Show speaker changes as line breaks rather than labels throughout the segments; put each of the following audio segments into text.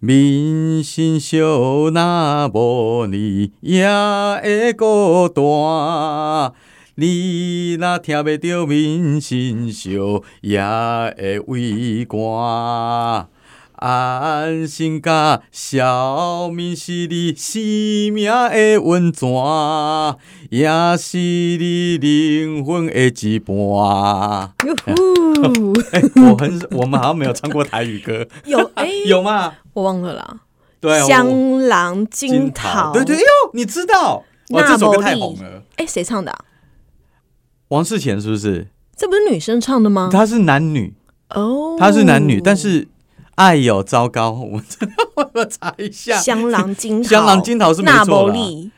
人生相若无呢，也会孤单。你若听袂着民心笑，也会畏寒。安心甲小民是你生命的温泉，也是你灵魂的一半。
哟呼，
哎、我很，我们好像没有唱过台语歌，
有 哎、
有吗？
我忘了啦。
对，啊我
香囊金桃，
对对，哎呦，你知道，哇，
那
这首歌
摩
太
利
红了。
哎，谁唱的啊？
王世贤是不是？
这不是女生唱的吗？
他是男女，
嗯哦，
他是男女，但是哎呦，糟糕，我真的 我我查一下，
香囊金桃，
香囊金桃是没
纳
错
摩
啦。
利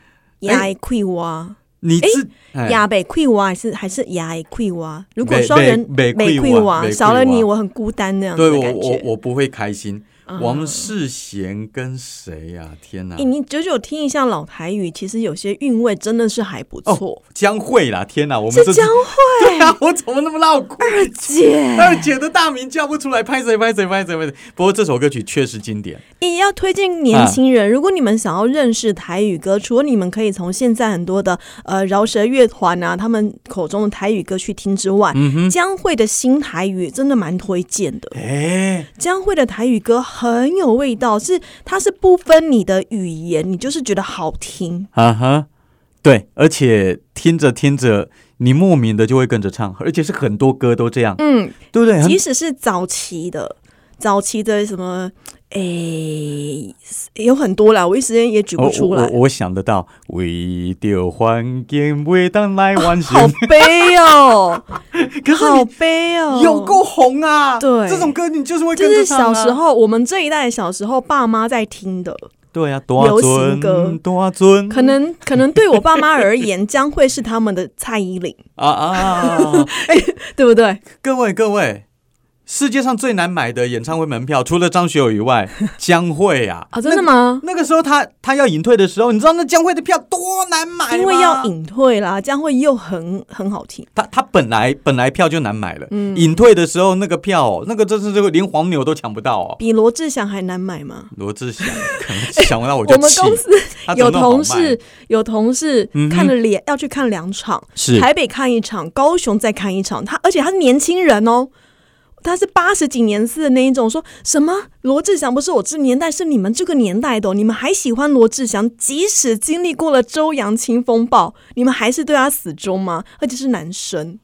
哎
牙溃蛙，
你是哎
牙北溃蛙还是还是牙溃蛙？如果
北
说人
北北溃
溃
蛙北溃
少了你
蛙
我很孤单那样
对
子的
我
感
我
觉。
我不会开心。
嗯
王世贤跟谁呀？天哪
哎，！你久久听一下老台语，其实有些韵味真的是还不
哦
错。
江蕙啦，天哪！我们
是
这
江
对啊，我怎么那么绕口？
二姐，
二姐的大名叫不出来，拍谁拍谁拍谁拍谁。不过这首歌曲确实经典。
也要推荐
啊
年轻人，如果你们想要认识台语歌，除了你们可以从现在很多的呃饶舌乐团啊，他们口中的台语歌去听之外，
嗯
江蕙的新台语真的蛮推荐的。
哎，
江蕙的台语歌很有味道，是它是不分你的语言，你就是觉得好听。
啊哈，对，而且听着听着，你莫名的就会跟着唱，而且是很多歌都这样，
嗯，
对不对？哎很
即使是早期的，早期的什么，诶、有很多啦，我一时间也举不
哦
出来。
我我我想得到，为着环境袂当来完成，
好悲哦，
可是
好
你
悲哦，
有够红啊！
对
这种歌你就是会
就
跟
是
着唱、
小
啊。
时，候，我们这一代小时候爸妈在听的，
对啊，多
流行
尊
歌
多尊，
可能可能对我爸妈而言，将会是他们的蔡依林，
啊 啊！
对不对？
各位各位，世界上最难买的演唱会门票，除了张学友以外，江蕙啊，
啊，真的吗？
那个时候他他要隐退的时候，你知道那江蕙的票多难买吗？
因为要隐退啦，将会又很很好听。
他他本来本来票就难买了，
嗯
隐退的时候那个票、哦，那个真是这个连黄牛都抢不到哦。
比罗志祥还难买吗？
罗志祥可能想 到我
我
就
们
气，
公司
他怎
有
么那么好
同
卖
事有同事
嗯哼
看了两要去看两场，
是
台北看一场，高雄再看一场。他而且他是年轻人哦，他是八十几年次的那一种。说什么罗志祥不是我这年代，是你们这个年代的哦、你们还喜欢罗志祥？即使经历过了周扬青风暴，你们还是对他死忠吗？而且是男生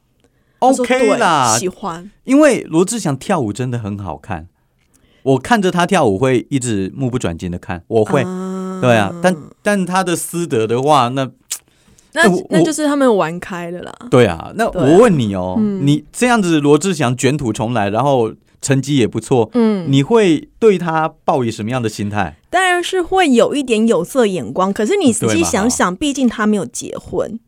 他说
OK
对
啦，
喜欢。
因为罗志祥跳舞真的很好看，我看着他跳舞会一直目不转睛的看，我会，对啊，但但他的私德的话，那
那
但我
那就是他们玩开了啦。
对啊，那
对啊
我问你哦，你这样子罗志祥卷土重来，然后成绩也不错，
嗯，
你会对他抱以什么样的心态？
当然是会有一点有色眼光，可是你仔
对
细
嘛
想想，毕竟他没有结婚。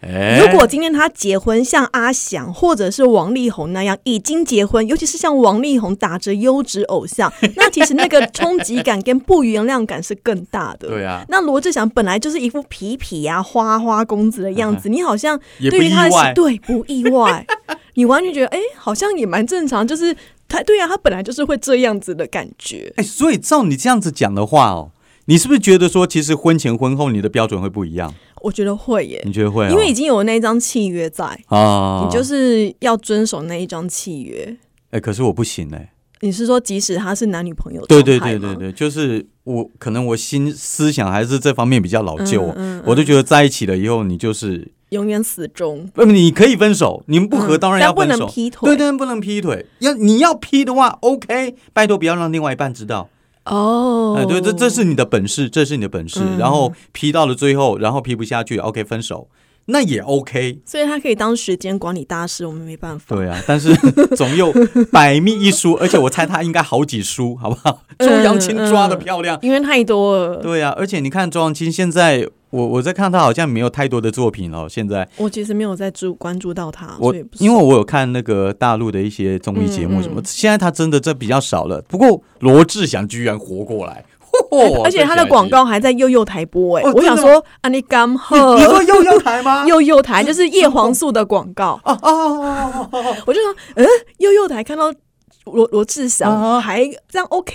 哎
如果今天他结婚，像阿翔或者是王力宏那样已经结婚，尤其是像王力宏打着优质 偶像，那其实那个冲击感跟不原谅感是更大的。
对啊，
那罗志祥本来就是一副痞痞呀、花花公子的样子，你好像
嗯也不
对于他的
意外
喜对不意外，你完全觉得哎、好像也蛮正常，就是他对啊，他本来就是会这样子的感觉。
哎，所以照你这样子讲的话哦，你是不是觉得说，其实婚前婚后你的标准会不一样？
我觉得会耶，
你觉得会、哦？
因为已经有那一张契约在，
啊，
你就是要遵守那一张契约。
哎，可是我不行哎。
你是说，即使他是男女朋友
对
状
对
态
对
吗
对，对，就是我可能我心思想还是这方面比较老旧哦，
嗯嗯嗯
我都觉得在一起了以后，你就是
永远死忠，
不，你可以分手，你们不合
嗯
当然
但
要
不
分手，
能劈腿
对，但不能劈腿。要你要劈的话，OK，拜托不要让另外一半知道。
哦，
哎，对，这这是你的本事，这是你的本事。
嗯
然后劈到了最后，然后劈不下去，OK，分手，那也 OK。
所以他可以当时间管理大师，我们没办法。
对 啊，但是总有百密一疏，而且我猜他应该好几疏，好不好？周扬青抓的
嗯嗯
漂亮，
因为太多了，
对啊，而且你看周扬青现在，我我在看他好像没有太多的作品哦。现在
我其实没有在注关注到他，
我
所以不是嗯
因为我有看那个大陆的一些综艺节目什么，现在他真的这比较少了。不过罗志祥居然活过来， 嚯
而且他的广，告还在幼幼台播，哎
哦，
我想
真的
说，啊，你干
这起来
喝
是你你说啊又要台 吗？
幼幼台就是叶黄素的广告，
哦哦哦哦哦哦，
呃我就说，嗯，幼幼台看到罗罗志祥
啊
还这样 OK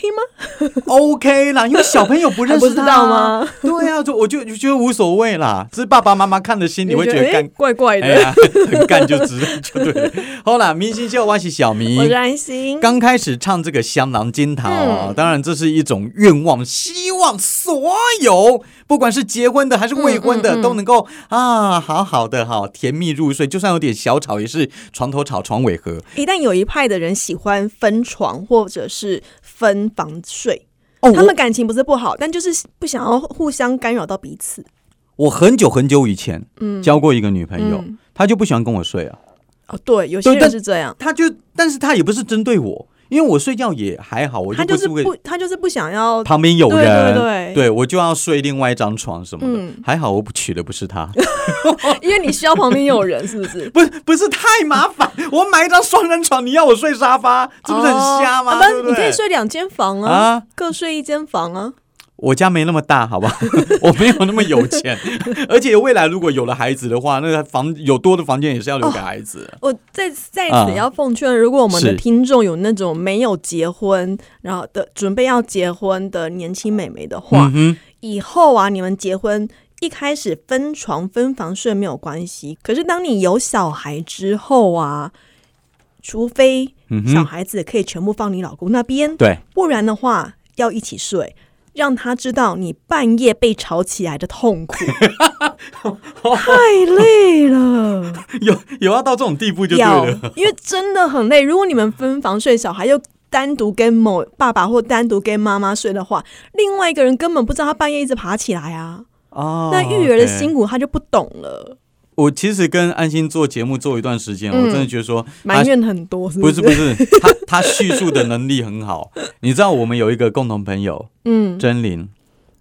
吗？
OK 啦，因为小朋友不认识
还不
他啊
知道吗？
对啊，就我就就觉得无所谓啦，只是爸爸妈妈看的心里会觉
你
得
哎
干，
怪怪
哎
的。
呀， 很干就知道就对了。好啦，明星秀我是小明
我，是安心，
刚开始唱这个《香囊金桃》啊
嗯
当然这是一种愿望，希望所有不管是结婚的还是未婚的、
嗯嗯嗯
都能够啊好好的哈甜蜜入睡，就算有点小吵也是床头吵床尾和。
一旦有一派的人喜欢分床或者是分房睡，
哦，
他们感情不是不好，但就是不想要互相干扰到彼此。
我我很久很久以前交过一个女朋友，
嗯
她就不喜欢跟我睡啊，
哦，对，有些
对
人
但
是这样，
她就但是她也不是针对我，因为我睡觉也还好，我
他
就
就是
会
不，他就是不想要
旁边有
对
人，
对对
我就要睡另外一张床什么的。
嗯
还好我不娶的不是她。？
因为你需要旁边有人，是不是
不是不是太麻烦，我买一张双人床，你要我睡沙发，这 不是很瞎吗？
哦啊
对
不，
哦不
你
对
可以睡两间房啊，
啊！
各睡一间房啊。
我家没那么大，好 吧，我没有那么有钱，而且未来如果有了孩子的话，那个房有多的房间也是要留给孩子。
我在在
啊
此要奉劝，如果我们的
是
听众有那种没有结婚，然后的准备要结婚的年轻美眉的话，
嗯
以后啊，你们结婚一开始分床分房睡没有关系，可是当你有小孩之后啊，除非
哼，嗯
小
哼，
孩子可以全部放你老公那边，
对，
不然的话要一起睡。让他知道你半夜被吵起来的 痛苦，太累了。
有有要到这种地步 就对
要
了。，
因为真的很累。如果你们分房睡，小孩又单独跟某爸爸或单独跟妈妈睡的话，另外一个人根本不知道他半夜一直爬起来啊，
哦
那育儿的
对
辛苦他就不懂了，
我其实跟安心做节目做一段时间，
嗯
我真的觉得说，
埋怨很多，是
不
是？
是不是，他他叙述的能力很好。你知道我们有一个共同朋友
嗯
真玲，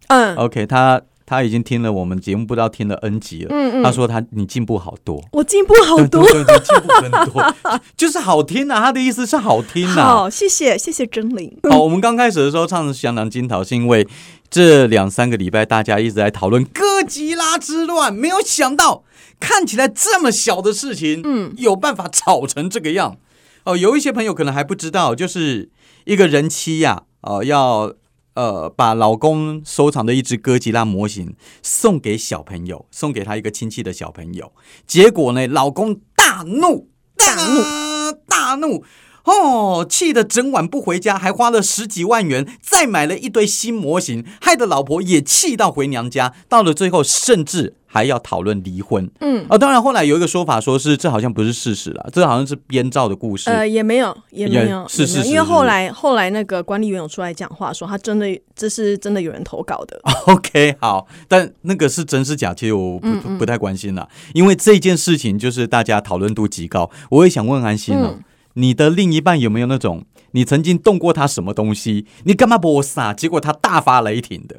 嗯
OK，他他已经听了我们节目，不知道听了 N 集了。
嗯
他
嗯，
说他你进步好多，
我进步好多，
对对对进步很多， 就是好听啊。他的意思是好听啊。哦
好，谢谢谢谢真玲，
好，我们刚开始的时候唱《香囊金桃》，是因为这两三个礼拜大家一直在讨论哥吉拉之乱，没有想到看起来这么小的事情，嗯，有办法吵成这个样。哦，有一些朋友可能还不知道，就是一个人妻呀、哦、要呃把老公收藏的一只哥吉拉模型送给小朋友，送给他一个亲戚的小朋友。结果呢，老公大怒，
大怒
怒，大怒。哦，气得整晚不回家，还花了十几万元再买了一堆新模型，害得老婆也气到回娘家。到了最后，甚至还要讨论离婚。
嗯
哦，当然后来有一个说法，说是这好像不是事实啦，这好像是编造的故事。
呃，也没有，也没
也
有，
是
也没有
是
因为
是
后
是
来后来那个管理员有出来讲话，说他真的这是真的有人投稿
哦
的，
OK，好，但那个是真是假，其实我
嗯
不不不太关心啦，因为这件事情就是大家讨论度极高。我也想问安心
嗯
哦，你的另一半有没有那种你曾经动过他什么东西，你干嘛把我撒？结果他大发雷霆的，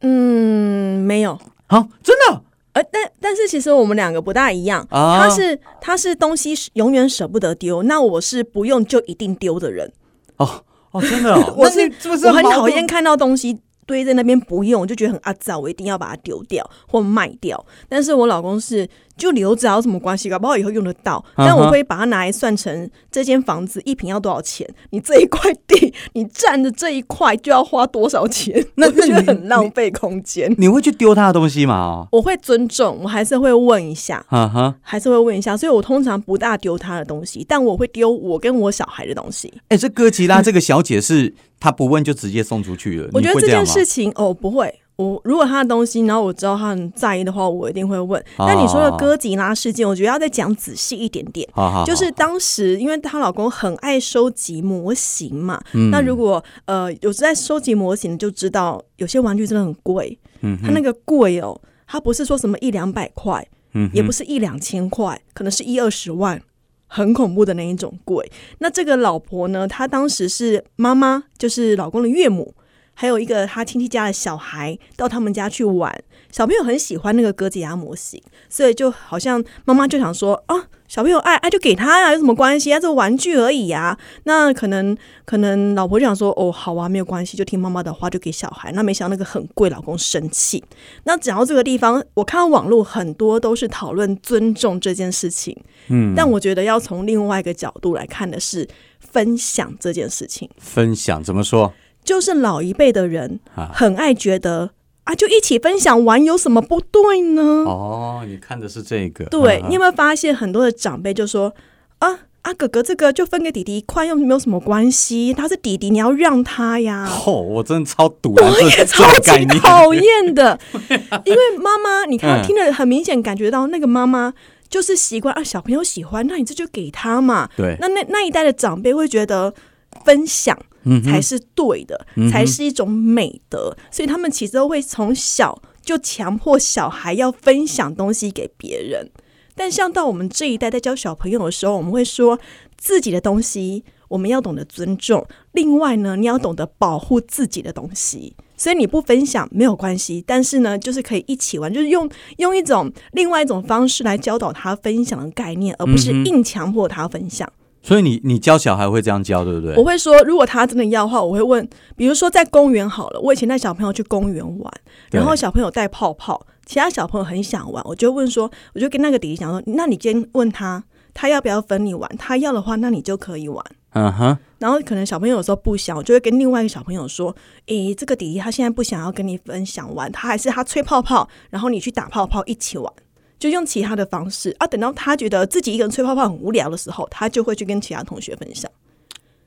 嗯，没有，
啊，真的
呃，但但是其实我们两个不大一样，
啊，
他是他是东西是永远舍不得丢，那我是不用就一定丢的人，，
哦哦，真的、哦
我
那
是
你不是
我很
矛盾
讨厌看到东西堆在那边不用，我就觉得很阿杂，我一定要把它丢掉或卖掉。但是我老公是就留着啊，有什么关系？搞不好以后用得到。
嗯哼
但我会把它拿来算成这间房子一平要多少钱，你这一块地你占着这一块就要花多少钱，
那
我
那
觉得
你
很浪费空间。
你会去丢他的东西吗？哦，
我会尊重，我还是会问一下。
哈哈，
还是会问一下，所以我通常不大丢他的东西，但我会丢我跟我小孩的东西。
哎、这哥吉拉这个小姐是她不问就直接送出去了，
我觉
你
得
会
这
样
件
吗
事情哦，不会。我如果他的东西，然后我知道他很在意的话，我一定会问。
哦
但你说的哥吉拉事件，我觉得要再讲仔细一点点。
好好好
就是当时，因为她老公很爱收集模型嘛，
嗯
那如果呃有在收集模型，就知道有些玩具真的很贵，
嗯
它那个贵哦，它不是说什么一两百块，
嗯
也不
是
是一两千块，可能是一二十万，很恐怖的那一种贵。那这个老婆呢，她当时是妈妈，就是老公的岳母，还有一个她亲戚家的小孩到他们家去玩，小朋友很喜欢那个哥吉拉模型，所以就好像妈妈就想说啊。小朋友爱爱就给他呀、有什么关系啊？这个玩具而已啊。那可能可能老婆就想说，哦，好啊，没有关系，就听妈妈的话，就给小孩。那没想到那个很贵，老公生气，那讲到这个地方，我看到网络很多都是讨论尊重这件事情，
嗯
但我觉得要从另外一个角度来看的是，分享这件事情。
分享怎么说？
就是老一辈的人
啊
很爱觉得啊，就一起分享玩有什么不对呢？
哦，你看的是这个，
对，
嗯
你有没有发现很多的长辈就说啊啊，哥哥这个就分给弟弟一块，又没有什么关系，他是弟弟，你要让他呀。
哦，我真的 超堵然
啊我
这
也
这
超
种概
级
念，
讨厌的， 因为妈妈，你看
嗯
听得很明显，感觉到那个妈妈就是习惯啊，小朋友喜欢，那你这就给他嘛。
对，
那那那一代的长辈会觉得分享
嗯
才
哼，
是对的，
嗯哼
才是一种美德，所以他们其实都会从小就强迫小孩要分享东西给别人。但像到我们这一代在教小朋友的时候，我们会说自己的东西我们要懂得尊重，另外呢，你要懂得保护自己的东西。所以你不分享没有关系，但是呢，就是可以一起玩，就是用用一种另外一种方式来教导他分享的概念，而不是
嗯哼
硬强迫他分享。
所以你你教小孩会这样教，对不对
我？会说，如果他真的要的话，我会问，比如说在公园好了，我以前带小朋友去公园玩，
对
然后小朋友带泡泡，其他小朋友很想玩，我就问说，我就跟那个弟弟讲说，那你今天问他，他要不要分你玩？他要的话，那你就可以玩。
嗯哼，
然后可能小朋友有时候不想，我就会跟另外一个小朋友说：“诶，这个弟弟他现在不想要跟你分享玩，他还是他吹泡泡，然后你去打泡泡一起玩，就用其他的方式啊。等到他觉得自己一个人吹泡泡很无聊的时候，他就会去跟其他同学分享。”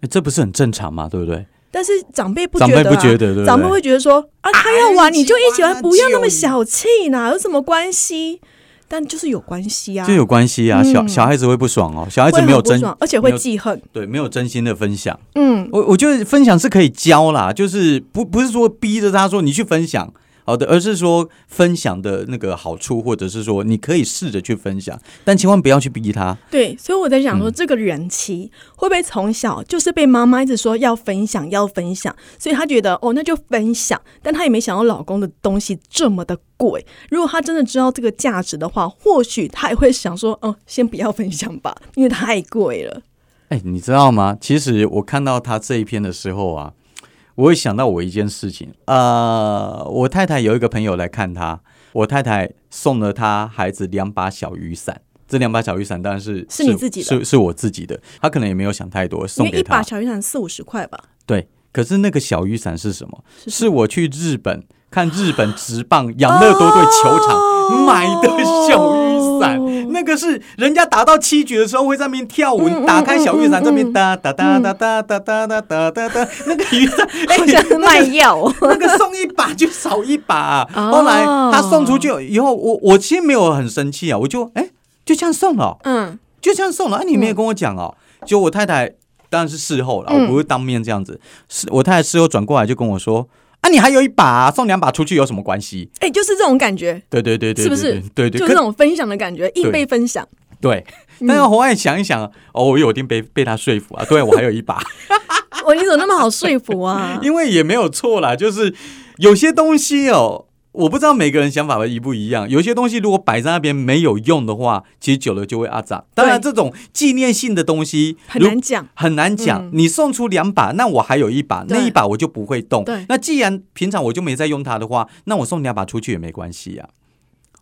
诶这不是很正常吗？对不对？
但是长辈不觉
长
得、啊，
辈不觉得，对不对？
长辈会觉得说啊，他要玩
一起
你就一起
玩
玩，
啊
不要那么
就
小气啦，有什么关系？但就是有关系啊，
这哎有关系啊，小小孩子会不爽哦，小孩子没有
会很不
真
爽，而且
没
会
有
记恨。
对没有真心的分享。
嗯，
我我觉得分享是可以教啦，就是不不是说逼着他说你去分享。好的，而是说分享的那个好处，或者是说你可以试着去分享，但千万不要去逼他。
对，所以我在想
嗯
说，这个人妻会不会从小就是被妈妈一直说要分享，要分享，所以她觉得哦，那就分享，但她也没想到老公的东西这么的贵。如果她真的知道这个价值的话，或许她也会想说，哦，先不要分享吧，因为太贵了。
哎，你知道吗？其实我看到他这一篇的时候啊，我会想到我一件事情。呃，我太太有一个朋友来看她，我太太送了她孩子两把小雨伞。这两把小雨伞当然是
是你自己的
是是我自己的。她可能也没有想太多，
因
送
为一
给
把
她。
小雨伞四五十块吧，
对，可是那个小雨伞是什么？
是
是我去日本看日本职棒 养乐多队球场、
哦
买的小雨伞，那个是人家打到七局的时候会在那边跳舞，
嗯
你打开小雨伞
嗯嗯
这边哒哒哒哒哒哒哒哒哒哒哒，那个雨伞，哎、
好像嗯卖药哦。
那个送一把就少一把、
哦
后来他送出去以后，我我其实没有很生气啊，我就哎、就这样送了哦、
嗯，
就这样送了，啊、你没有跟我讲哦。就我太太当然是事后了，
嗯
我不会当面这样子。是我太太事后转过来就跟我说：“啊，你还有一把、送两把出去有什么关系
哎、就是这种感觉，？”
对对对对，
是不是
对对
就
对，
是
可
那种嗯分享的感觉，硬被分享。
对。但是后来想一想，哦，我有一定被被他说服啊。对我还有一 把，
哦，你怎么那么好说服啊？
因为也没有错啦，就是有些东西哦。我不知道每个人想法一不一样，有些东西如果摆在那边没有用的话，其实久了就会阿杂。当然，这种纪念性的东西
很
如
难讲。
很难讲。
嗯
你送出两把，那我还有一把，
对
那一把我就不会动
对。
那既然平常我就没在用它的话，那我送两把出去也没关系啊。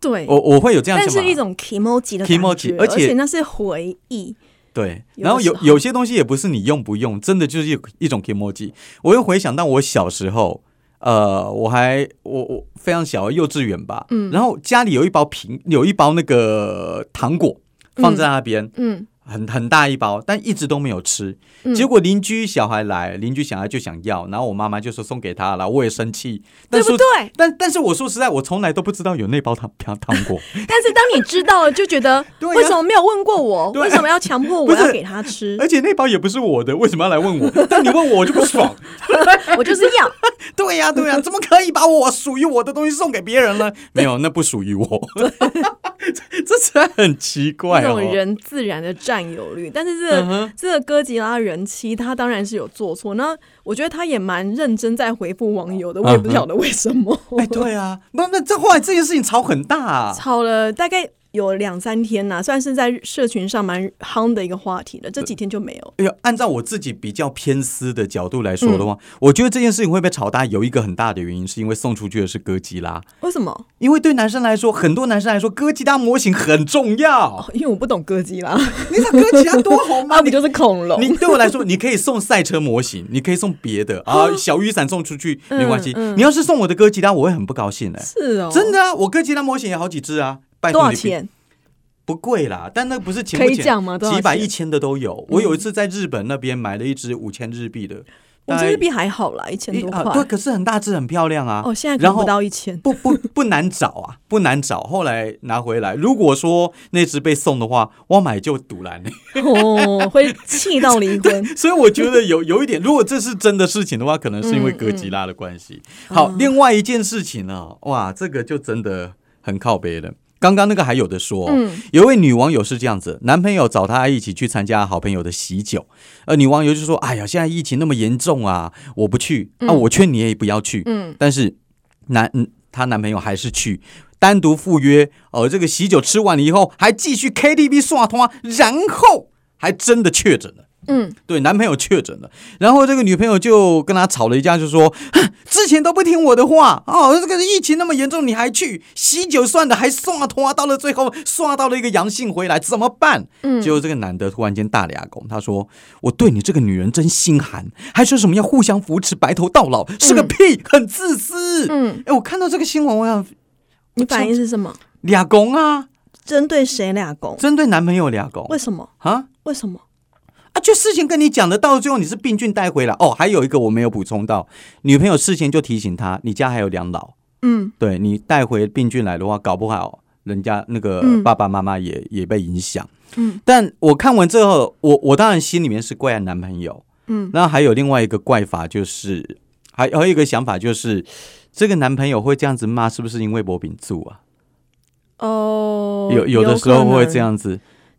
对，
我我会有这样
但
想法。
是一种 emoji 的感觉
Kimoji，而
而
且
那是回忆。
对，
有的
然后有
时候
有些东西也不是你用不用，真的就是一一种 emoji。我又回想到我小时候，呃，我还我我非常小，幼稚园吧，嗯，然后家里有一包苹，有一包那个糖果放在那边，
嗯，
很很大一包，但一直都没有吃。
嗯
结果邻居小孩来，邻居小孩就想要，然后我妈妈就说送给他了，我也生气，但
对
说
不对？
但但是我说实在，我从来都不知道有那包糖糖糖果，
但是当你知道了，就觉得
对啊
为什么没有问过我？
对啊
为什么要强迫我
不是
要给 他吃？
而且那包也不是我的，为什么要来问我？但你问我，我就不爽。
我就是要。
对呀、对呀、怎么可以把我属于我的东西送给别人呢？ 没有，那不属于我。 这这实在很奇怪
那
哦
种。人自然的占有欲。但是这
嗯
个、
哼
这个哥吉拉人妻，他当然是有做错。那我觉得他也蛮认真在回复网友
嗯
的，我也不晓得为什么。
哎，对啊，那那这后来这件事情吵很大、啊，
吵了大概有两三天呐、算是在社群上蛮夯的一个话题了。这几天就没有，
哎呦，按照我自己比较偏私的角度来说的话，
嗯
我觉得这件事情会被炒大，有一个很大的原因是因为送出去的是哥吉拉，
为什么？
因为对男生来说，很多男生来说，哥吉拉模型很重 要。
因为我不懂歌姬 啦，
你知道哥吉拉多红 吗？
那不
你
就是恐龙？
你对我来说，你可以送赛车模型，你可以送别的
哦
啊，小雨伞送出去没关系。你要是送我的哥吉拉，我会很不高兴哎、
嗯是哦，
真的啊，我哥吉拉模型也好几只啊，拜
多
托
少
你别
钱？
不贵啦，但那不是钱
可
不
以
钱，
讲吗？多少
几百一
钱
千的都有。我有一次在日本那边买了一只五千日币的，
我
大
这
概
日币还好啦，一千
一
多
啊，对，
块。
可是很大只，很漂亮啊。
哦，现在可
然
能
后
不到一 千。
不 不不难找啊，不难找。后来拿回来，如果说那只被送的话，我买就堵拦、
哦，会气到离 婚。
所以我觉得有有一点，如果这是真的事情的话，可能是因为哥吉拉的关 系。
哦
好，另外一件事情呢、哇，这个就真的很靠背了。刚刚那个还有的说、
嗯
有一位女网友是这样子，男朋友找她一起去参加好朋友的喜酒，呃，女网友就说：“哎呀，现在疫情那么严重啊，我不去啊，我劝你也不要去。
嗯，
但是男嗯她男朋友还是去，单独赴约，哦、这个喜酒吃完了以后，还继续 KTV 耍通，然后还真的确诊了。
嗯，
对，男朋友确诊了，然后这个女朋友就跟他吵了一架，就说哼之前都不听我的话哦，这个疫情那么严重，你还去喜酒算了，还刷拖，到了最后刷到了一个阳性回来，怎么办？嗯，结果这个男的突然间大俩拱，他说我对你这个女人真心寒，还说什么要互相扶持，白头到老，是个屁，很自私。
嗯，
哎，我看到这个新闻，我想
你反应是什么？
俩拱啊，
针对谁俩攻？
针对男朋友俩拱
为什么？
啊。
为什么？
啊，就事情跟你讲的，到最后你是病菌带回来哦。还有一个我没有补充到，女朋友事先就提醒他，你家还有两老，
嗯，
对你带回病菌来的话，搞不好人家那个
嗯
爸爸妈妈也、也被影响。
嗯，
但我看完之后，我我当然心里面是怪男朋友，
嗯，
那还有另外一个怪法就是，还还有一个想法就是，这个男朋友会这样子骂，是不是因为薄饼柱啊？
哦，
有有的时候会这，样子，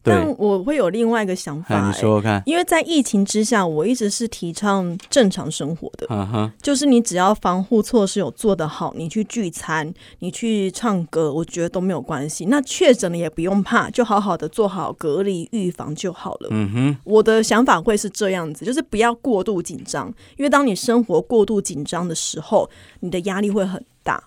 对，
但我会有另外一个想
哎，
法、
你
欸
说说看，
因为在疫情之下，我一直是提倡正常生活的，
嗯哼，
就是你只要防护措施有做得好，你去聚餐，你去唱歌，我觉得都没有关系。那确诊了也不用怕，就好好的做好隔离预防就好了。
嗯哼，
我的想法会是这样子，就是不要过度紧张，因为当你生活过度紧张的时候，你的压力会很大。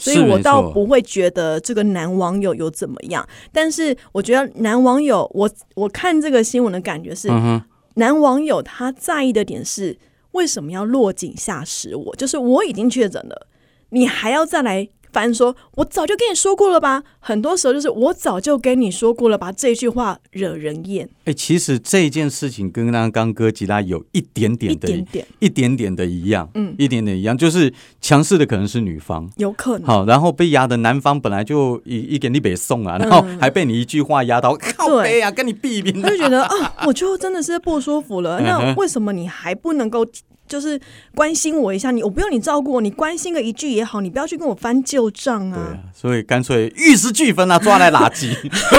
所以
是
我
没
倒
错
不会觉得这个男网友有怎么样，但是我觉得男网友，我我看这个新闻的感觉是，
嗯哼。
男网友他在意的点是为什么要落井下石我？就是我已经确诊了，你还要再来翻说，我早就跟你说过了吧？很多时候就是我早就跟你说过了吧，这句话惹人厌
哎、其实这件事情跟刚刚哥吉拉有一点
一
点的
点点，
一点点的一样，
嗯
一点点一样，就是强势的可能是女方。
有可能。
好，然后被压的男方本来就一一给你北送啊，然后还被你一句话压到，靠背啊，跟你避免、
他就觉得嗯啊，我就真的是不舒服
嗯
了。那为什么你还不能够就是关心我一下？你我不用你照顾我，你关心个一句也好，你不要去跟我翻旧账
对啊
啊。，
所以干脆玉石俱焚啊，抓来垃 圾。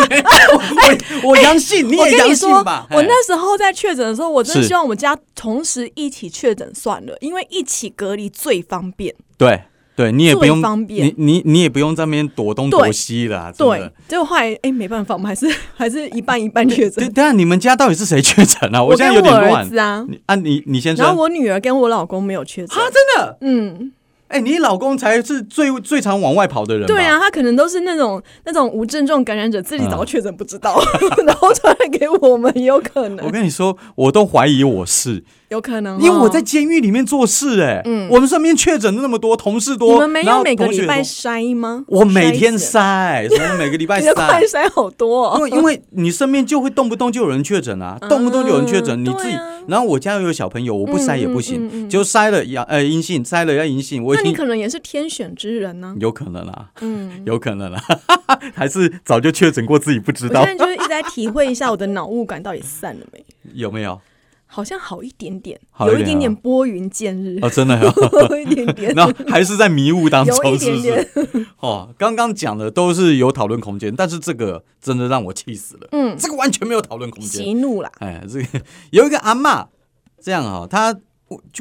我我阳性，你
哎我
也
跟你
阳性
说，
吧？
我
哎
那时候在确诊的时候，我真的
是
希望我们家同时一起确诊算了，因为一起隔离最方便。
对对，你也不用
最方便
你你你也不用在那边躲东躲
对
西了、啊，真的
对，结果后来哎没办法，我们还是还是一半一半确
对，
诊。
但你们家到底是谁 确诊啊？
我
现
跟
在有
我
点
儿
乱。
子啊，
你啊，你你先生，
然后我女儿跟我老公没有确诊。
啊，真的，
嗯，
哎、你老公才是最最常往外跑的人吧，
对啊，他可能都是那种那种无症状感染者，自己
啊
早确诊不知道， 然后传染给我们，也有可
我
能，
跟你说，我都怀疑我是，
有可能哦、
因为我在监狱里面做事、哎，
嗯
我们身边确诊的那么多，同事多，
你们没
然
有
后
每个
同学
礼拜
多
筛吗？
我每天
筛
筛，什么每个礼
一
拜
次，你的快
筛，
筛好多、哦
因。为因为你身边就会动不动就有人确诊啊，动不动就有人确诊，你
对啊
自己，然后我家又有小朋友，我不筛也不行，
嗯嗯嗯嗯
就筛了阳呃阴性，筛了要阴性，我
那
已
你
经
可能也是天选之人呢、
有可能啦，
嗯，
有可能啦，啊 还是早就确诊过自己不知
我
道
现在就是一直在体会一下我的脑雾感到底散了没，
有没有？
好像好一点点，
好一
有
点
一点点
啊
拨云见 日，
哦，真的 有。
有一点点，
那还是在迷雾当
有
中，
一
是
点
不
点
是？， 哦，刚刚讲的都是有讨论空间，但是这个真的让我气死了，
嗯，
这个完全没有讨论空间。
息怒啦，
哎，这个有一个阿嬷这样哈、哦，她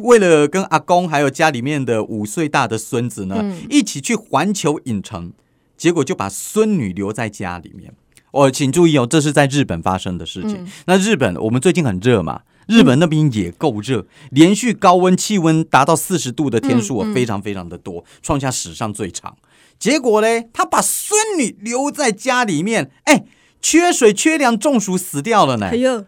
为了跟阿公还有家里面的五岁大的孙子呢，
嗯
一起去环球影城，结果就把孙女留在家里面。哦，请注意哦，这是在日本发生的事情。
嗯
那日本我们最近很热嘛，日本那边也够热，连续高温气温达到四十度的天数啊
嗯嗯
非常非常的多，创下史上最长。结果嘞，他把孙女留在家里面，哎，缺水缺粮中暑死掉了呢
哎。呦，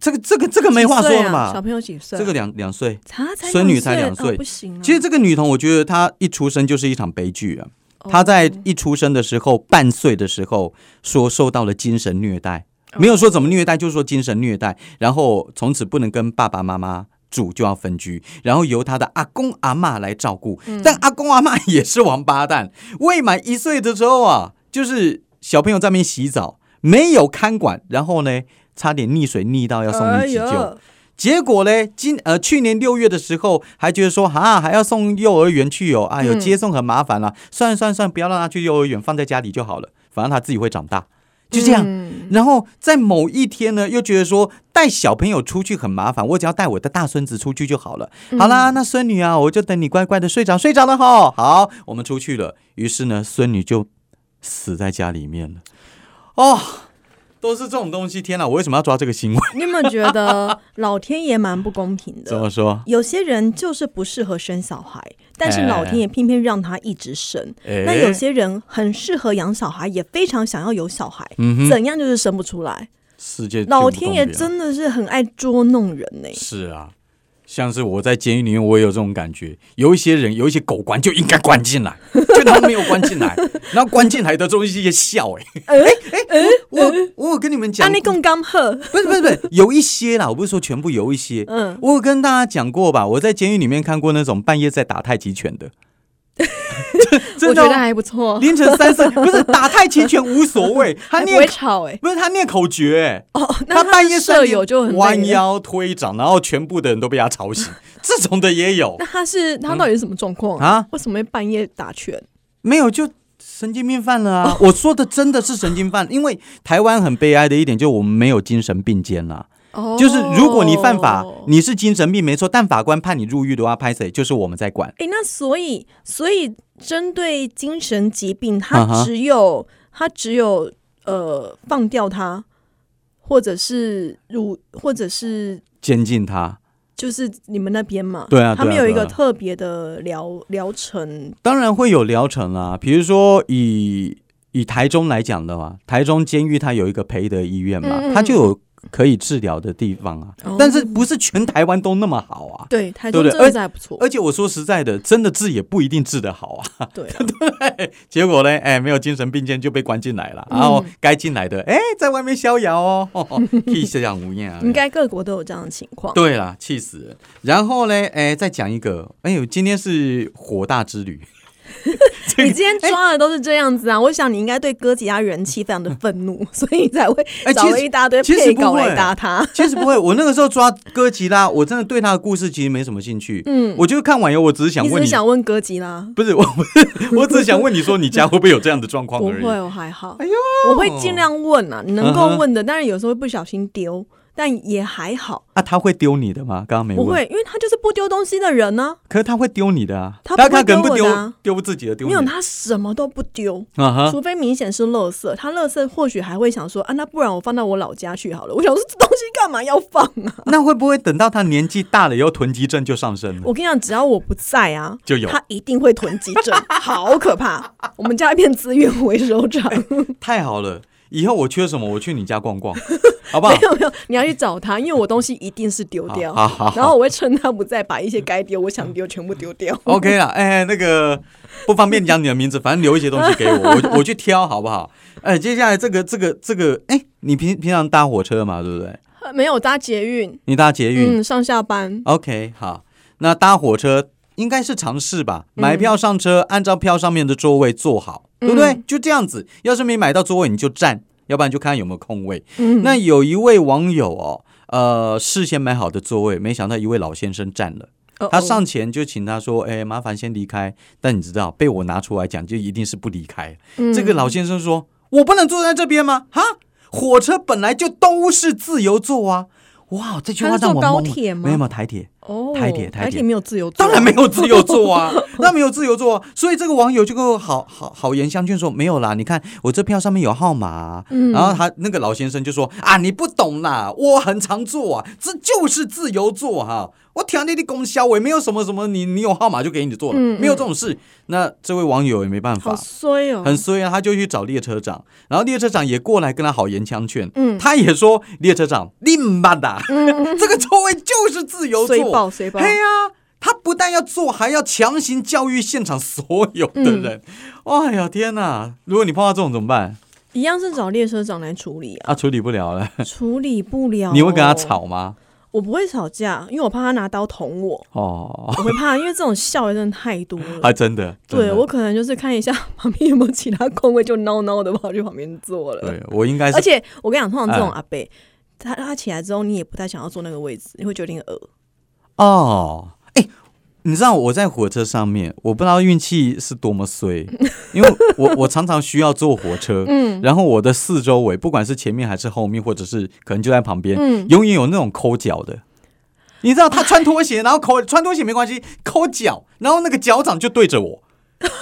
这个这个这个没话说
几岁
了
啊
嘛，
小朋友几岁？
这个两两岁。
他才
孙女才
两
两岁
哦不行啊。
其实这个女童，我觉得她一出生就是一场悲剧啊。
哦
她在一出生的时候，半岁的时候，说受到了精神虐待，没有说怎么虐待，就是说精神虐待，然后从此不能跟爸爸妈妈。住就要分居，然后由她的阿公阿嬷来照顾，
嗯
但阿公阿嬷 也是王八蛋。未满一岁的时候啊，就是小朋友在那边洗澡，没有看管，然后呢，差点溺水溺到要送医急救。
哎呦
结果嘞，今呃去年六月的时候，还觉得说哈还要送幼儿园去哦，哎呦
嗯
接送很麻烦啦、算了算了算了，不要让他去幼儿园，放在家里就好了，反正他自己会长大，就这样。
嗯
然后在某一天呢，又觉得说带小朋友出去很麻烦，我只要带我的大孙子出去就好了。
嗯
好啦，那孙女啊，我就等你乖乖的睡着，睡着了吼。好，我们出去了。于是呢，孙女就死在家里面了。哦，都是这种东西，天哪！我为什么要抓这个新闻？
你有没有觉得老天爷蛮不公平
怎
的？
么说？
有些人就是不适合生小孩，但是老天爷偏偏让他一直生。
哎
那有些人很适合养小孩，也非常想要有小孩，
嗯
怎样就是生不出来。
世界
老
卷不
天
动别
爷
人
真的是很爱捉弄人欸呢、
是啊，像是我在监狱里面，我也有这种感觉。有一些人，有一些狗官就应该关进来，就他们没有关进来，然后关进来的东西也笑哎、
哎、
我我有跟你们
阿
讲，
内贡刚喝，
不是不是不是，有一些啦，我不是说全部，有一些。
嗯，
我有跟大家讲过吧，我在监狱里面看过那种半夜在打太极拳的，真
我
的
觉得
哦、
还不错，
凌晨三四不是打太极拳无所谓，他
还不会
念
吵哎。
不是他念口诀、哎
欸哦，那
他半夜三
舍
点
友就很累
弯
了
腰推掌，然后全部的人都被他吵 醒，这种的也有
那他是他到底是什么状况啊？
嗯啊？
为什么会半夜打拳？
没有就神经病犯了啊！我说的真的是神经犯，因为台湾很悲哀的一点就是我们没有精神并肩啦、
哦
就是如果你犯法，
哦
你是精神病没错，但法官判你入狱的话，拍谁就是我们在管。
哎、那所以所以针对精神疾病，
啊哈
它只有、它只有呃放掉它，或者是如或者是
监禁他，
就是你们那边嘛，
对啊
他们
对啊
有一个
对啊
特别的疗疗程，
当然会有疗程啦、比如说以以台中来讲的话，台中监狱它有一个培德医院嘛，
嗯嗯嗯
它就有可以治疗的地方啊。
哦
但是不是全台湾都那么好啊？
对，台中
对
真
不对
的是还不错，
而且我说实在的，真的治也不一定治得好啊。
对啊、
结果呢，哎，没有精神病健就被关进来了，然后该进来的，哎，在外面逍遥哦，屁这样无厌啊。
应该各国都有这样的情 况。
对啦，气死人。然后呢，哎，再讲一个，哎呦，今天是火大之旅，
你今天抓的都是这样子啊！我想你应该对哥吉拉人气非常的愤 怒，所以才会
哎
找
其
了
实
一大堆
其实
配
不
稿
会
来打他。
其实不会，我那个时候抓哥吉拉，我真的对他的故事其实没什么兴趣。
嗯，
我就看完以后，我只是想
你只
问
是
你，
想问哥吉拉？
不是我，我 只是想问你说，你家会不会有这样的状况
不
而已？
会，我还好。
哎呦
我会尽量问啊，能
嗯
够
哼
问的，但是有时候会不小心丢，但也还好，
啊，他会丢你的吗？刚刚没问。
不会，因为他就是不丢东西的人啊呢、
可是他会丢你的啊，
他
他
不会
可能不丢
丢我的啊
丢自己的丢
没有
你的
他什么都不丢，
啊哈，
除非明显是垃圾。他垃圾或许还会想说啊，那不然我放到我老家去好了。我想说这东西干嘛要放啊？
那会不会等到他年纪大了以后，囤积症就上升了？
我跟你讲，只要我不在啊，
就有
他一定会囤积症，好可怕！我们家一片资源回收厂，
太好了，以后我缺什么，我去你家逛 逛，好不好
没？有没有，你要去找他，因为我东西一定是丢掉，
好好好
然后我会趁他不在，把一些该丢、我想丢全部丢掉。
OK 啦，哎、那个不方便讲你的名字，反正留一些东西给我，我我去挑，好不好？哎、接下来这个这个这个，哎、你平平常搭火车嘛，对不对？
呃没有搭捷运，
你搭捷运、
嗯，上下班
o k 好，那搭火车应该是常试吧？
嗯
买票上车，按照票上面的座位坐好，对不
嗯
对？就这样子，要是没买到座位，你就站，要不然就看有没有空位。
嗯
那有一位网友哦，呃，事先买好的座位，没想到一位老先生占了。
哦
他
哦
上前就请他说：“哎，麻烦先离开。”但你知道，被我拿出来讲，就一定是不离开。
嗯
这个老先生说：“我不能坐在这边吗？哈，火车本来就都是自由座啊！”哇，这句话
他是
让
坐
我
高
懵了
铁吗
没有没有台铁，
哦，
台铁台铁
台铁没有自由坐，
当然没有自由坐啊， 那没有自由坐、啊，所以这个网友就跟我好好好言相劝说没有啦，你看我这票上面有号码啊、
嗯
然后他那个老先生就说啊，你不懂啦，我很常坐啊，这就是自由坐哈、我挑那的供销，我也没有什么什么，你你有号码就给你做了，
嗯嗯
没有这种事。那这位网友也没办
好
法，
衰哦，
很衰啊，他就去找列车长，然后列车长也过来跟他好言相劝，
嗯
他也说列车长你唔捌啦， 这个座位就是自由
随
座，
报随报
嘿，呀、他不但要做，还要强行教育现场所有的人。
嗯
哎呀，天哪！如果你碰到这种怎么办？
一样是找列车长来处理 啊，
啊，处理不了了。
处理不了。
你会跟他？吵吗？
我不会吵架，因为我怕他拿刀 捅我，
哦，
我会怕，因为这种笑话真的太多了。
还真的。真的
对我可能就是看一下 旁边有没有其他空位，就孬孬的跑去旁边坐了。
对我应该
而
是
且我跟你讲，通常这种
哎
阿伯，他他起来之后，你也不太想要坐那个位置，你会觉得有点恶。
哦。哎，你知道我在火车上面，我不知道运气是多么 衰，因为我我常常需要坐火车，嗯，然后我的四周围，不管是前面还是后面，或者是可能就在旁边，
嗯
永远有那种抠脚的。你知道他穿拖鞋，然后抠穿拖鞋没关系，抠脚，然后那个脚掌就对着我，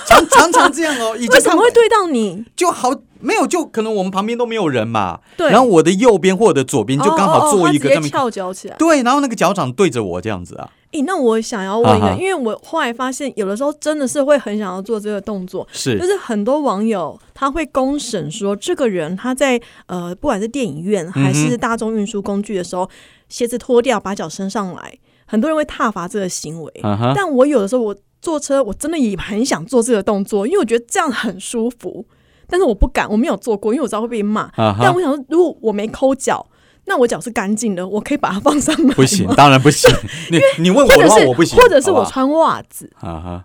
常常常这样 哦。以前
为什么会对到你？
就好没有就可能我们旁边都没有人嘛，
对
然后我的右边或我的左边就刚好
哦哦
坐
哦
一个
他
这
直
么
接翘脚起来。
对，然后那个脚掌对着我这样子啊，
诶、那我想要问一
啊哈
个，因为我后来发现，有的时候真的是会很想要做这个动作，就是是很多网友他会公审说，这个人他在呃，不管是电影院还
嗯
是
哼
大众运输工具的时候，鞋子脱掉，把脚伸上来，很多人会挞伐这个行为。
嗯哼，
但我有的时候我坐车，我真的也很想做这个动作，因为我觉得这样很舒服，但是我不敢，我没有做过，因为我知道会被骂。
啊哈，
但我想说，如果我没抠脚，那我脚是干净的，我可以把它放上来吗，
不行，当然不行，你你问
或
我
者
的话
是
我不行，
或者是
好不
我
好
穿袜子，
啊哈，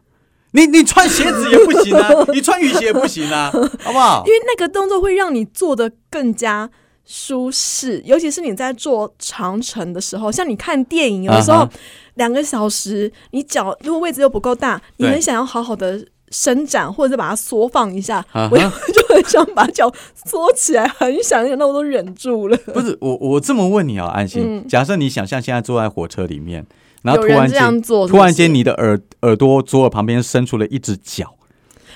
你你穿鞋子也不行啊，你穿雨鞋也不行啊，好不好
因？为那个动作会让你做的更加舒适，尤其是你在做长程的时候，像你看电影，有的时
啊
候
哈
两个小时，你脚如果位置又不够大，你
对
很想要好好的。伸展或者是把它缩放一下
啊哈
我 就很想把脚缩起来，很想很想，但我都忍住 了。
不是我我这么问你啊，安心，
嗯
假设你想象现在坐在火车里面，然后
有
突
人
然
这样
间
做是不是
突然间你的耳耳朵左耳旁边伸出了一只脚，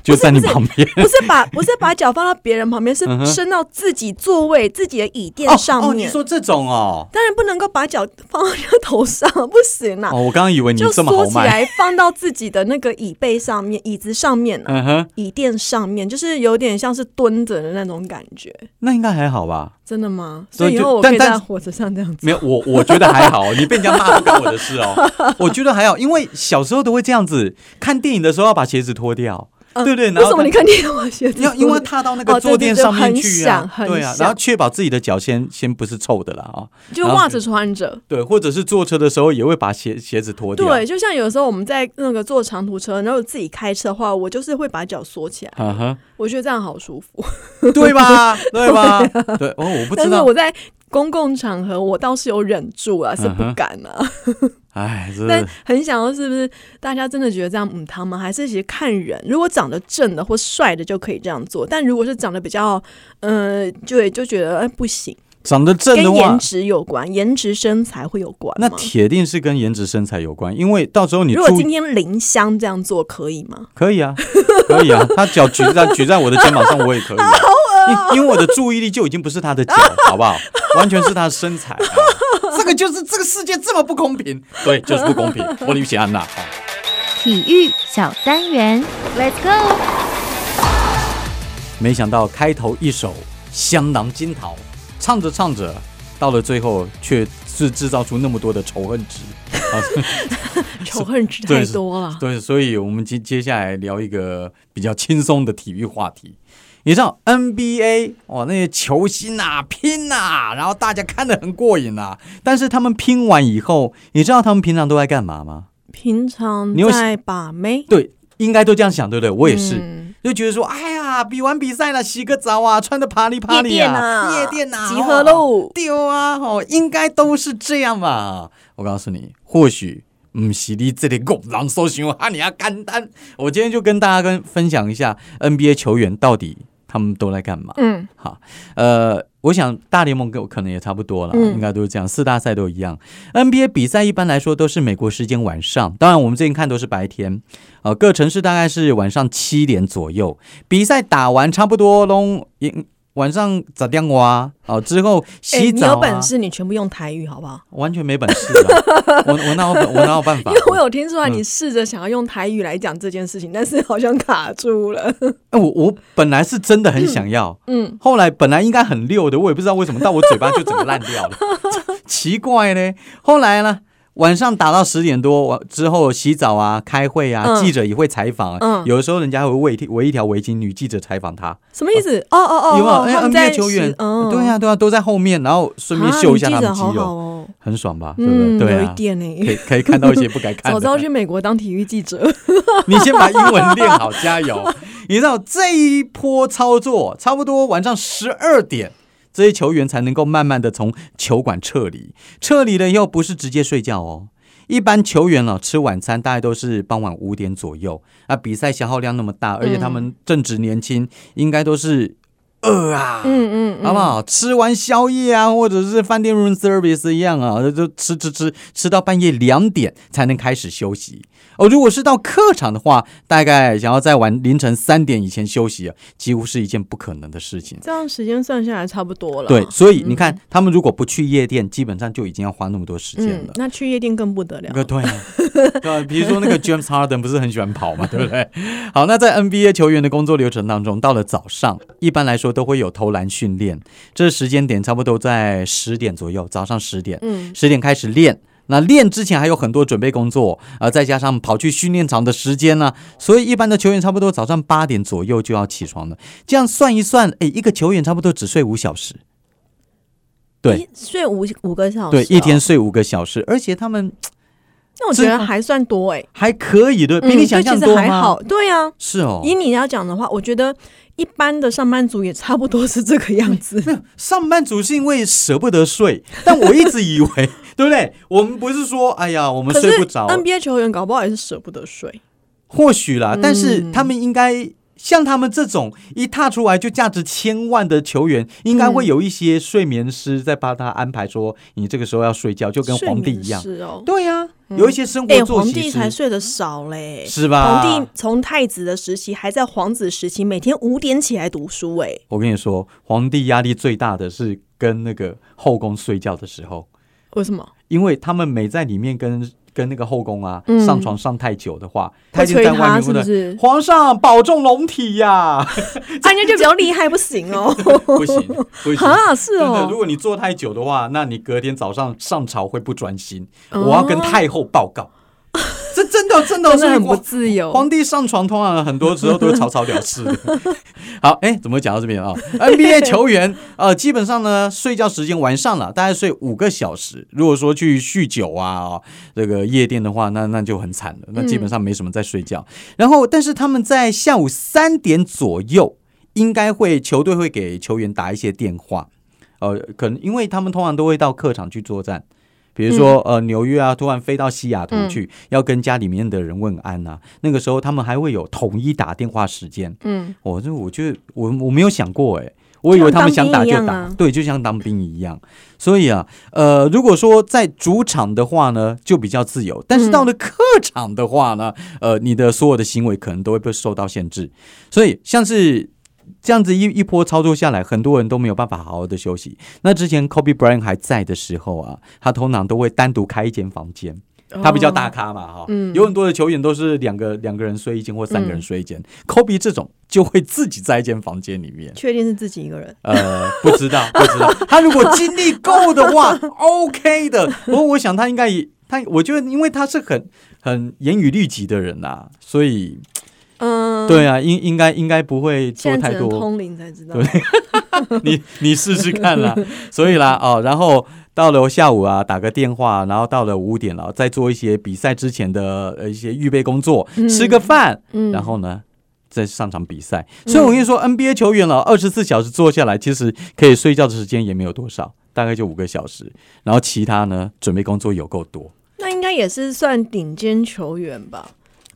就在你
不是
旁边。
不是把不是把脚放到别人旁边，是
嗯哼
伸到自己座位、自己的椅垫上
哦哦，你
面。
说这种哦，
当然不能够把脚放到人家头上，不行啊！
哦，我刚刚以为你
就
这么
缩
豪
起
迈，
来放到自己的那个椅背上面、椅子上面、啊、
嗯哼，
椅垫上面，就是有点像是蹲着的那种感觉。
那应该还好吧？
真的吗？
所
所
以
以以
就
后我可以
但但
在火车上这样 子。
没有，我我觉得还好，你被人家骂不关我的事哦。 我觉得还好，因为小时候都会这样子，看电影的时候要把鞋子脱掉，
嗯
对不对？然
为
后
什
他
么你看电影我鞋子
要
脱？
因为啊踏到那
哦
个
对
坐垫
对对
上面
很
去啊，
响
对啊然后
很，响
确保自己的脚先先不是臭的啦啊、
就袜子穿着。
对，或者是坐车的时候也会把鞋鞋子脱掉，
对，，就像有时候我们在那个坐长途车，然后自己开车的话，我就是会把脚缩起来，
啊哈，
我觉得这样好舒服。
对吧？对吧？对，哦，我不知
但是
道，
我在公共场合，我倒是有忍住啊，是不
嗯哼
敢啊。
哎，这
但很想要是不是大家真的觉得这样嗯汤吗？还是其实看人，如果长得正的或帅的就可以这样做，但如果是长得比较嗯、呃，对，就觉得哎、不行，
长得正的
跟
话
颜。值有关，颜值身材会有关
那
吗？
铁定是跟颜值身材有关，因为到时候你
如果
注
今天林香这样做可以吗？
可以啊，可以啊， 他脚举在举在我的肩膀上，我也可以、 啊，因因为我的注意力就已经不是他 的脚，好不好？完全是他的身材、啊， 这个就是这个世界这么不公平， 对，就是不公平。我理解安娜，啊
体育小单元，Let's go！
没想到开头一首《香囊金桃》，唱着唱着，到了最后却是制造出那么多的仇恨值。
仇恨值
对
太
是
多 了。
对，所以我们接接下来聊一个比较轻松的体育话题。你知道 NBA 哇，哦那些球星啊拼呐、然后大家看得很过瘾啊。但是他们拼完以后，你知道他们平常都在干嘛吗？
平常
你有
在把妹，
对，应该都这样想，对不对？我也是，
嗯
就觉得说，哎呀，比完比赛了，洗个澡啊，穿的啪里啪
夜
里
店
啊，
啊，
夜店啊，
集合
哦
喽。
对啊，吼，应该都是这样吧。我告诉你，或许唔是你这里狗狼搜寻啊，你要简单。我今天就跟大家跟分享一下 NBA 球员到底他们都来干嘛。
嗯，
哈，呃，我想大联盟跟可能也差不多了，
嗯
应该都是这样，四大赛都一样。NBA 比赛一般来说都是美国时间晚上，当然我们最近看都是白天，呃，各城市大概是晚上七点左右，比赛打完差不多拢应晚上咋点哇？哦、之后
哎，
洗
你
澡、啊
有本事你全部用台语好不好？
完全没本事了，我我哪有我哪有办法
因？为我有听出来
嗯
你试着想要用台语来讲这件事情，但是好像卡 住了。
哎我我本来是真的很想要，
嗯，
后来本来应该很溜的，我也不知道为什么到我嘴巴就整个烂掉了， 奇怪呢。后来呢，晚上打到十点多，我之后洗澡啊、开会啊，
嗯
记者也会采访啊，
嗯
有的时候人家会围一围一条围巾，女记者采访他，
什么意思？哦哦哦，
有
哦
没有？
他
哎
们在
NBA 球员
是，嗯，
对啊呀、对呀、都在后面，然后顺便
啊
秀一下
你
他
记
们
者
肌
好
肉，
好哦，
很爽吧？对不
嗯，
对？对
有一
啊。
点
可
呢。
以 可以看到一些不该看 的。
早知道去美国当体育记者，
你先把英文练好，加油！你知道这一波操作，差不多晚上十二点，这些球员才能够慢慢的从球馆撤离。撤离了以后，不是直接睡觉哦。一般球员哦，吃晚餐大概都是傍晚五点左右。啊，比赛消耗量那么大，而且他们正值年轻，应该都是饿 啊。
嗯嗯，
好不好？吃完宵夜啊，或者是饭店 room service 一样啊，就吃吃吃吃到半夜两点才能开始休息。哦，如果是到客场的话，大概想要在晚凌晨三点以前休息、啊，几乎是一件不可能的事情。
这样时间算下来差不多了。嗯
对，所以你看，他们如果不去夜店，基本上就已经要花那么多时间
嗯
了，。
那去夜店更不得了
那。个 对啊，对啊，比如说 那个 James Harden 不是很喜欢跑嘛， 对不对？好，那在 NBA 球员的工作流程当中，到了早上，一般来说都会有投篮训练，这时间点差不多在十点左右，早上十点，
嗯，
十点开始练。那练之前还有很多准备工作，呃，再加上跑去训练场的时间呢、所以一般的球员差不多早上八点左右就要起床了。这样算一算，诶，一个球员差不多只睡五小时，对
一睡五五个小时
对
哦，，
一天。睡五个小时，而且他们
那我觉得还算多哎，
还可以的，
嗯
比你想象
就其
多
实
吗？
还好。对啊，
是哦，
以你要讲的话，我觉得一般的上班族也差不多是这个 样子。
上班族是因为舍不得睡， 但我一直以为， 对不对？我们不是说，哎呀，我们
可是
睡不着，
NBA 球员搞不好也是舍不得睡。
或许啦，但是
嗯
他们应该。像他们这种一踏出来就价值千万的球员，应该
嗯
会有一些睡眠师在帮他安排说，你这个时候要睡觉，就跟皇帝一样。
睡眠是哦。
对呀、
嗯
有一些生
哎、
活作
皇
息
帝才
是
睡得少嘞。
是吧？
皇帝从太子的时期，还在皇子时期，每天五点起来读书、哎，
我跟你说，皇帝压力最大的是跟那个后宫睡觉的时候，
为什么？
因为他们每在里面跟跟那个后宫啊、
嗯
上床上太久的话，他
会
已经
催
在外
他
面不
是不
能。
是？
皇上保重龙体呀、
啊，人家就比较厉害，不行哦。
不行不行。
啊，是
真的，如
哦。
果你坐太久的话，那你隔天早上上朝会不专心。
哦
我要跟太后报告，这真的真的
真
是
的很不
皇
自由，
皇帝上床，通常很多时候都是草草了事的。 好，哎，怎么讲到这边啊、n b a 球员呃，基本上呢，睡觉时间晚上了，大概睡五个小时。如果说去酗酒啊、哦这个夜店的话，那那就很惨了，那基本上没什么在睡觉。然后，但是他们在下午三点左右，应该会球队会给球员打一些电话，呃，可能因为他们通常都会到客场去作战。比如说，呃，纽约啊，突然飞到西雅
嗯
图去，要跟家里面的人问安啊。那个时候，他们还会有统一打电话时间。
嗯，
我这我觉得我我没有想过哎、我以为他们想打就
就像当兵一
打，
样啊
对，就像当兵一样。所以啊，呃，如果说在主场的话呢，就比较自由；但是
嗯
到了客场的话呢，呃，你的所有的行为可能都会被受到限制。所以像是。这样子一一波操作下来，很多人都没有办法好好的休息。那之前 Kobe Bryant 还在的时候啊，他通常都会单独开一间房间，他比较大
哦，
咖嘛，哈、
嗯
有很多的球员都是两个两个人睡一间或三个人睡一
嗯
间，科比这种就会自己在一间房间里面。
确定是自己一个人。
呃，不知道， 不知道。他如果精力够的话 ，OK 的。不过我想他应该也，他我觉得，因为他是很很严以律己的人呐、所以
嗯，
对啊，应应该应该不会做
现在
太
只能
多
通灵才知道
对。 你你试试看 啦。所以啦，哦，然后到了下午啊，打个电话，然后到了五点了，再做一些比赛之前的呃一些预备工作，
嗯
吃个饭，
嗯
然后呢。再上场比赛，所以我跟你说，NBA 球员了，二十四小时坐下来，其实可以睡觉的时间也没有多少，大概就五个小时。然后其他呢，准备工作有够多。
那应该也是算顶尖球员吧？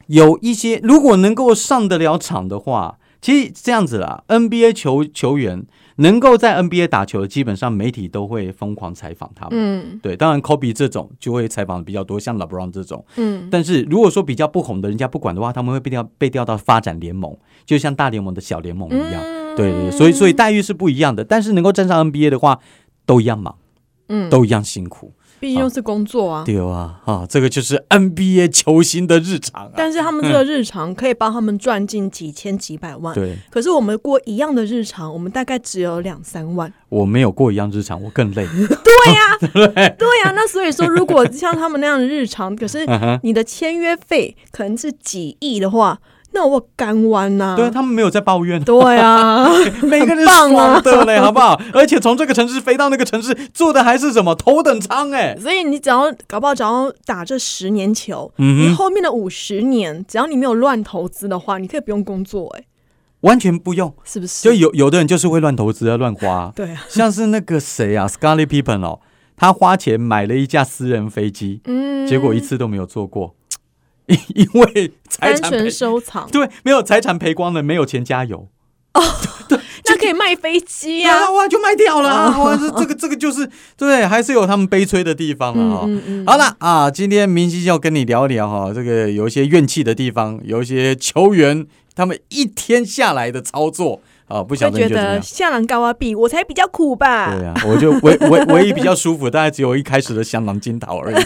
有一些如果能够上得了场的话，其实这样子啦，NBA 球球员能够在 NBA 打球，基本上媒体都会疯狂采访他们。
嗯
对，当然 Kobe 这种就会采访得比较多，像 LeBron 这种。
嗯
但是如果说比较不红的，人家不管的话，他们会被调被调到发展联盟，就像大联盟的小联盟一样。
嗯
对对对，所以所以待遇是不一样的，但是能够站上 NBA 的话，都一样忙，
嗯，
都一样辛苦。
毕竟又是工作啊。
对啊，啊，这个就是 NBA 球星的日常啊。
但是他们这个日常可以帮他们赚进几千几百万，
对
可是我们过一样的日常，我们大概只有两 三万。
我没有过一样日常，我更 累。
对呀、那所以说，如果像他们那样的日常，可
嗯
是你的签约费可能是几亿的话，那我干弯呐、
对啊，他们没有在抱怨，
对啊，
每个人
棒啊
爽的 嘞，好不好？而且从这个城市飞到那个城市，坐的还是什么头等舱 哎、
所以你只要搞不好，只要打这十年球，
嗯哼
你后面的五十年，只要你没有乱投资的话，你可以不用工作、哎，
完全不用。
是不是？
就有有的人就是会乱投资啊，乱花啊、
对啊，
像是那个谁啊，Scarlett Pippen 哦，他花钱买了一架私人飞机，
嗯，
结果一次都没有坐过， 因因为财
单
产赔
纯收藏，
对没有财产赔光了，没有钱加油，
那可以卖飞机
然
呀、
后哇就卖掉了
哦
啊，哇这这个这个就是对，还是有他们悲催的地方了啊、
嗯嗯嗯
好了啊，今天明星要跟你聊一聊哈、这个有一些怨气的地方，有一些球员他们一天下来的操作啊，不晓
会
得你
觉
觉得怎么
得
样？
下兰高啊比我才比较苦吧？
对啊，我就唯唯唯一比较舒服，大概只有一开始的香囊 金桃而已。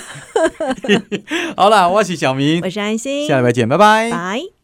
好啦，我是小明
我，是安心，
下礼拜见，拜拜。
拜。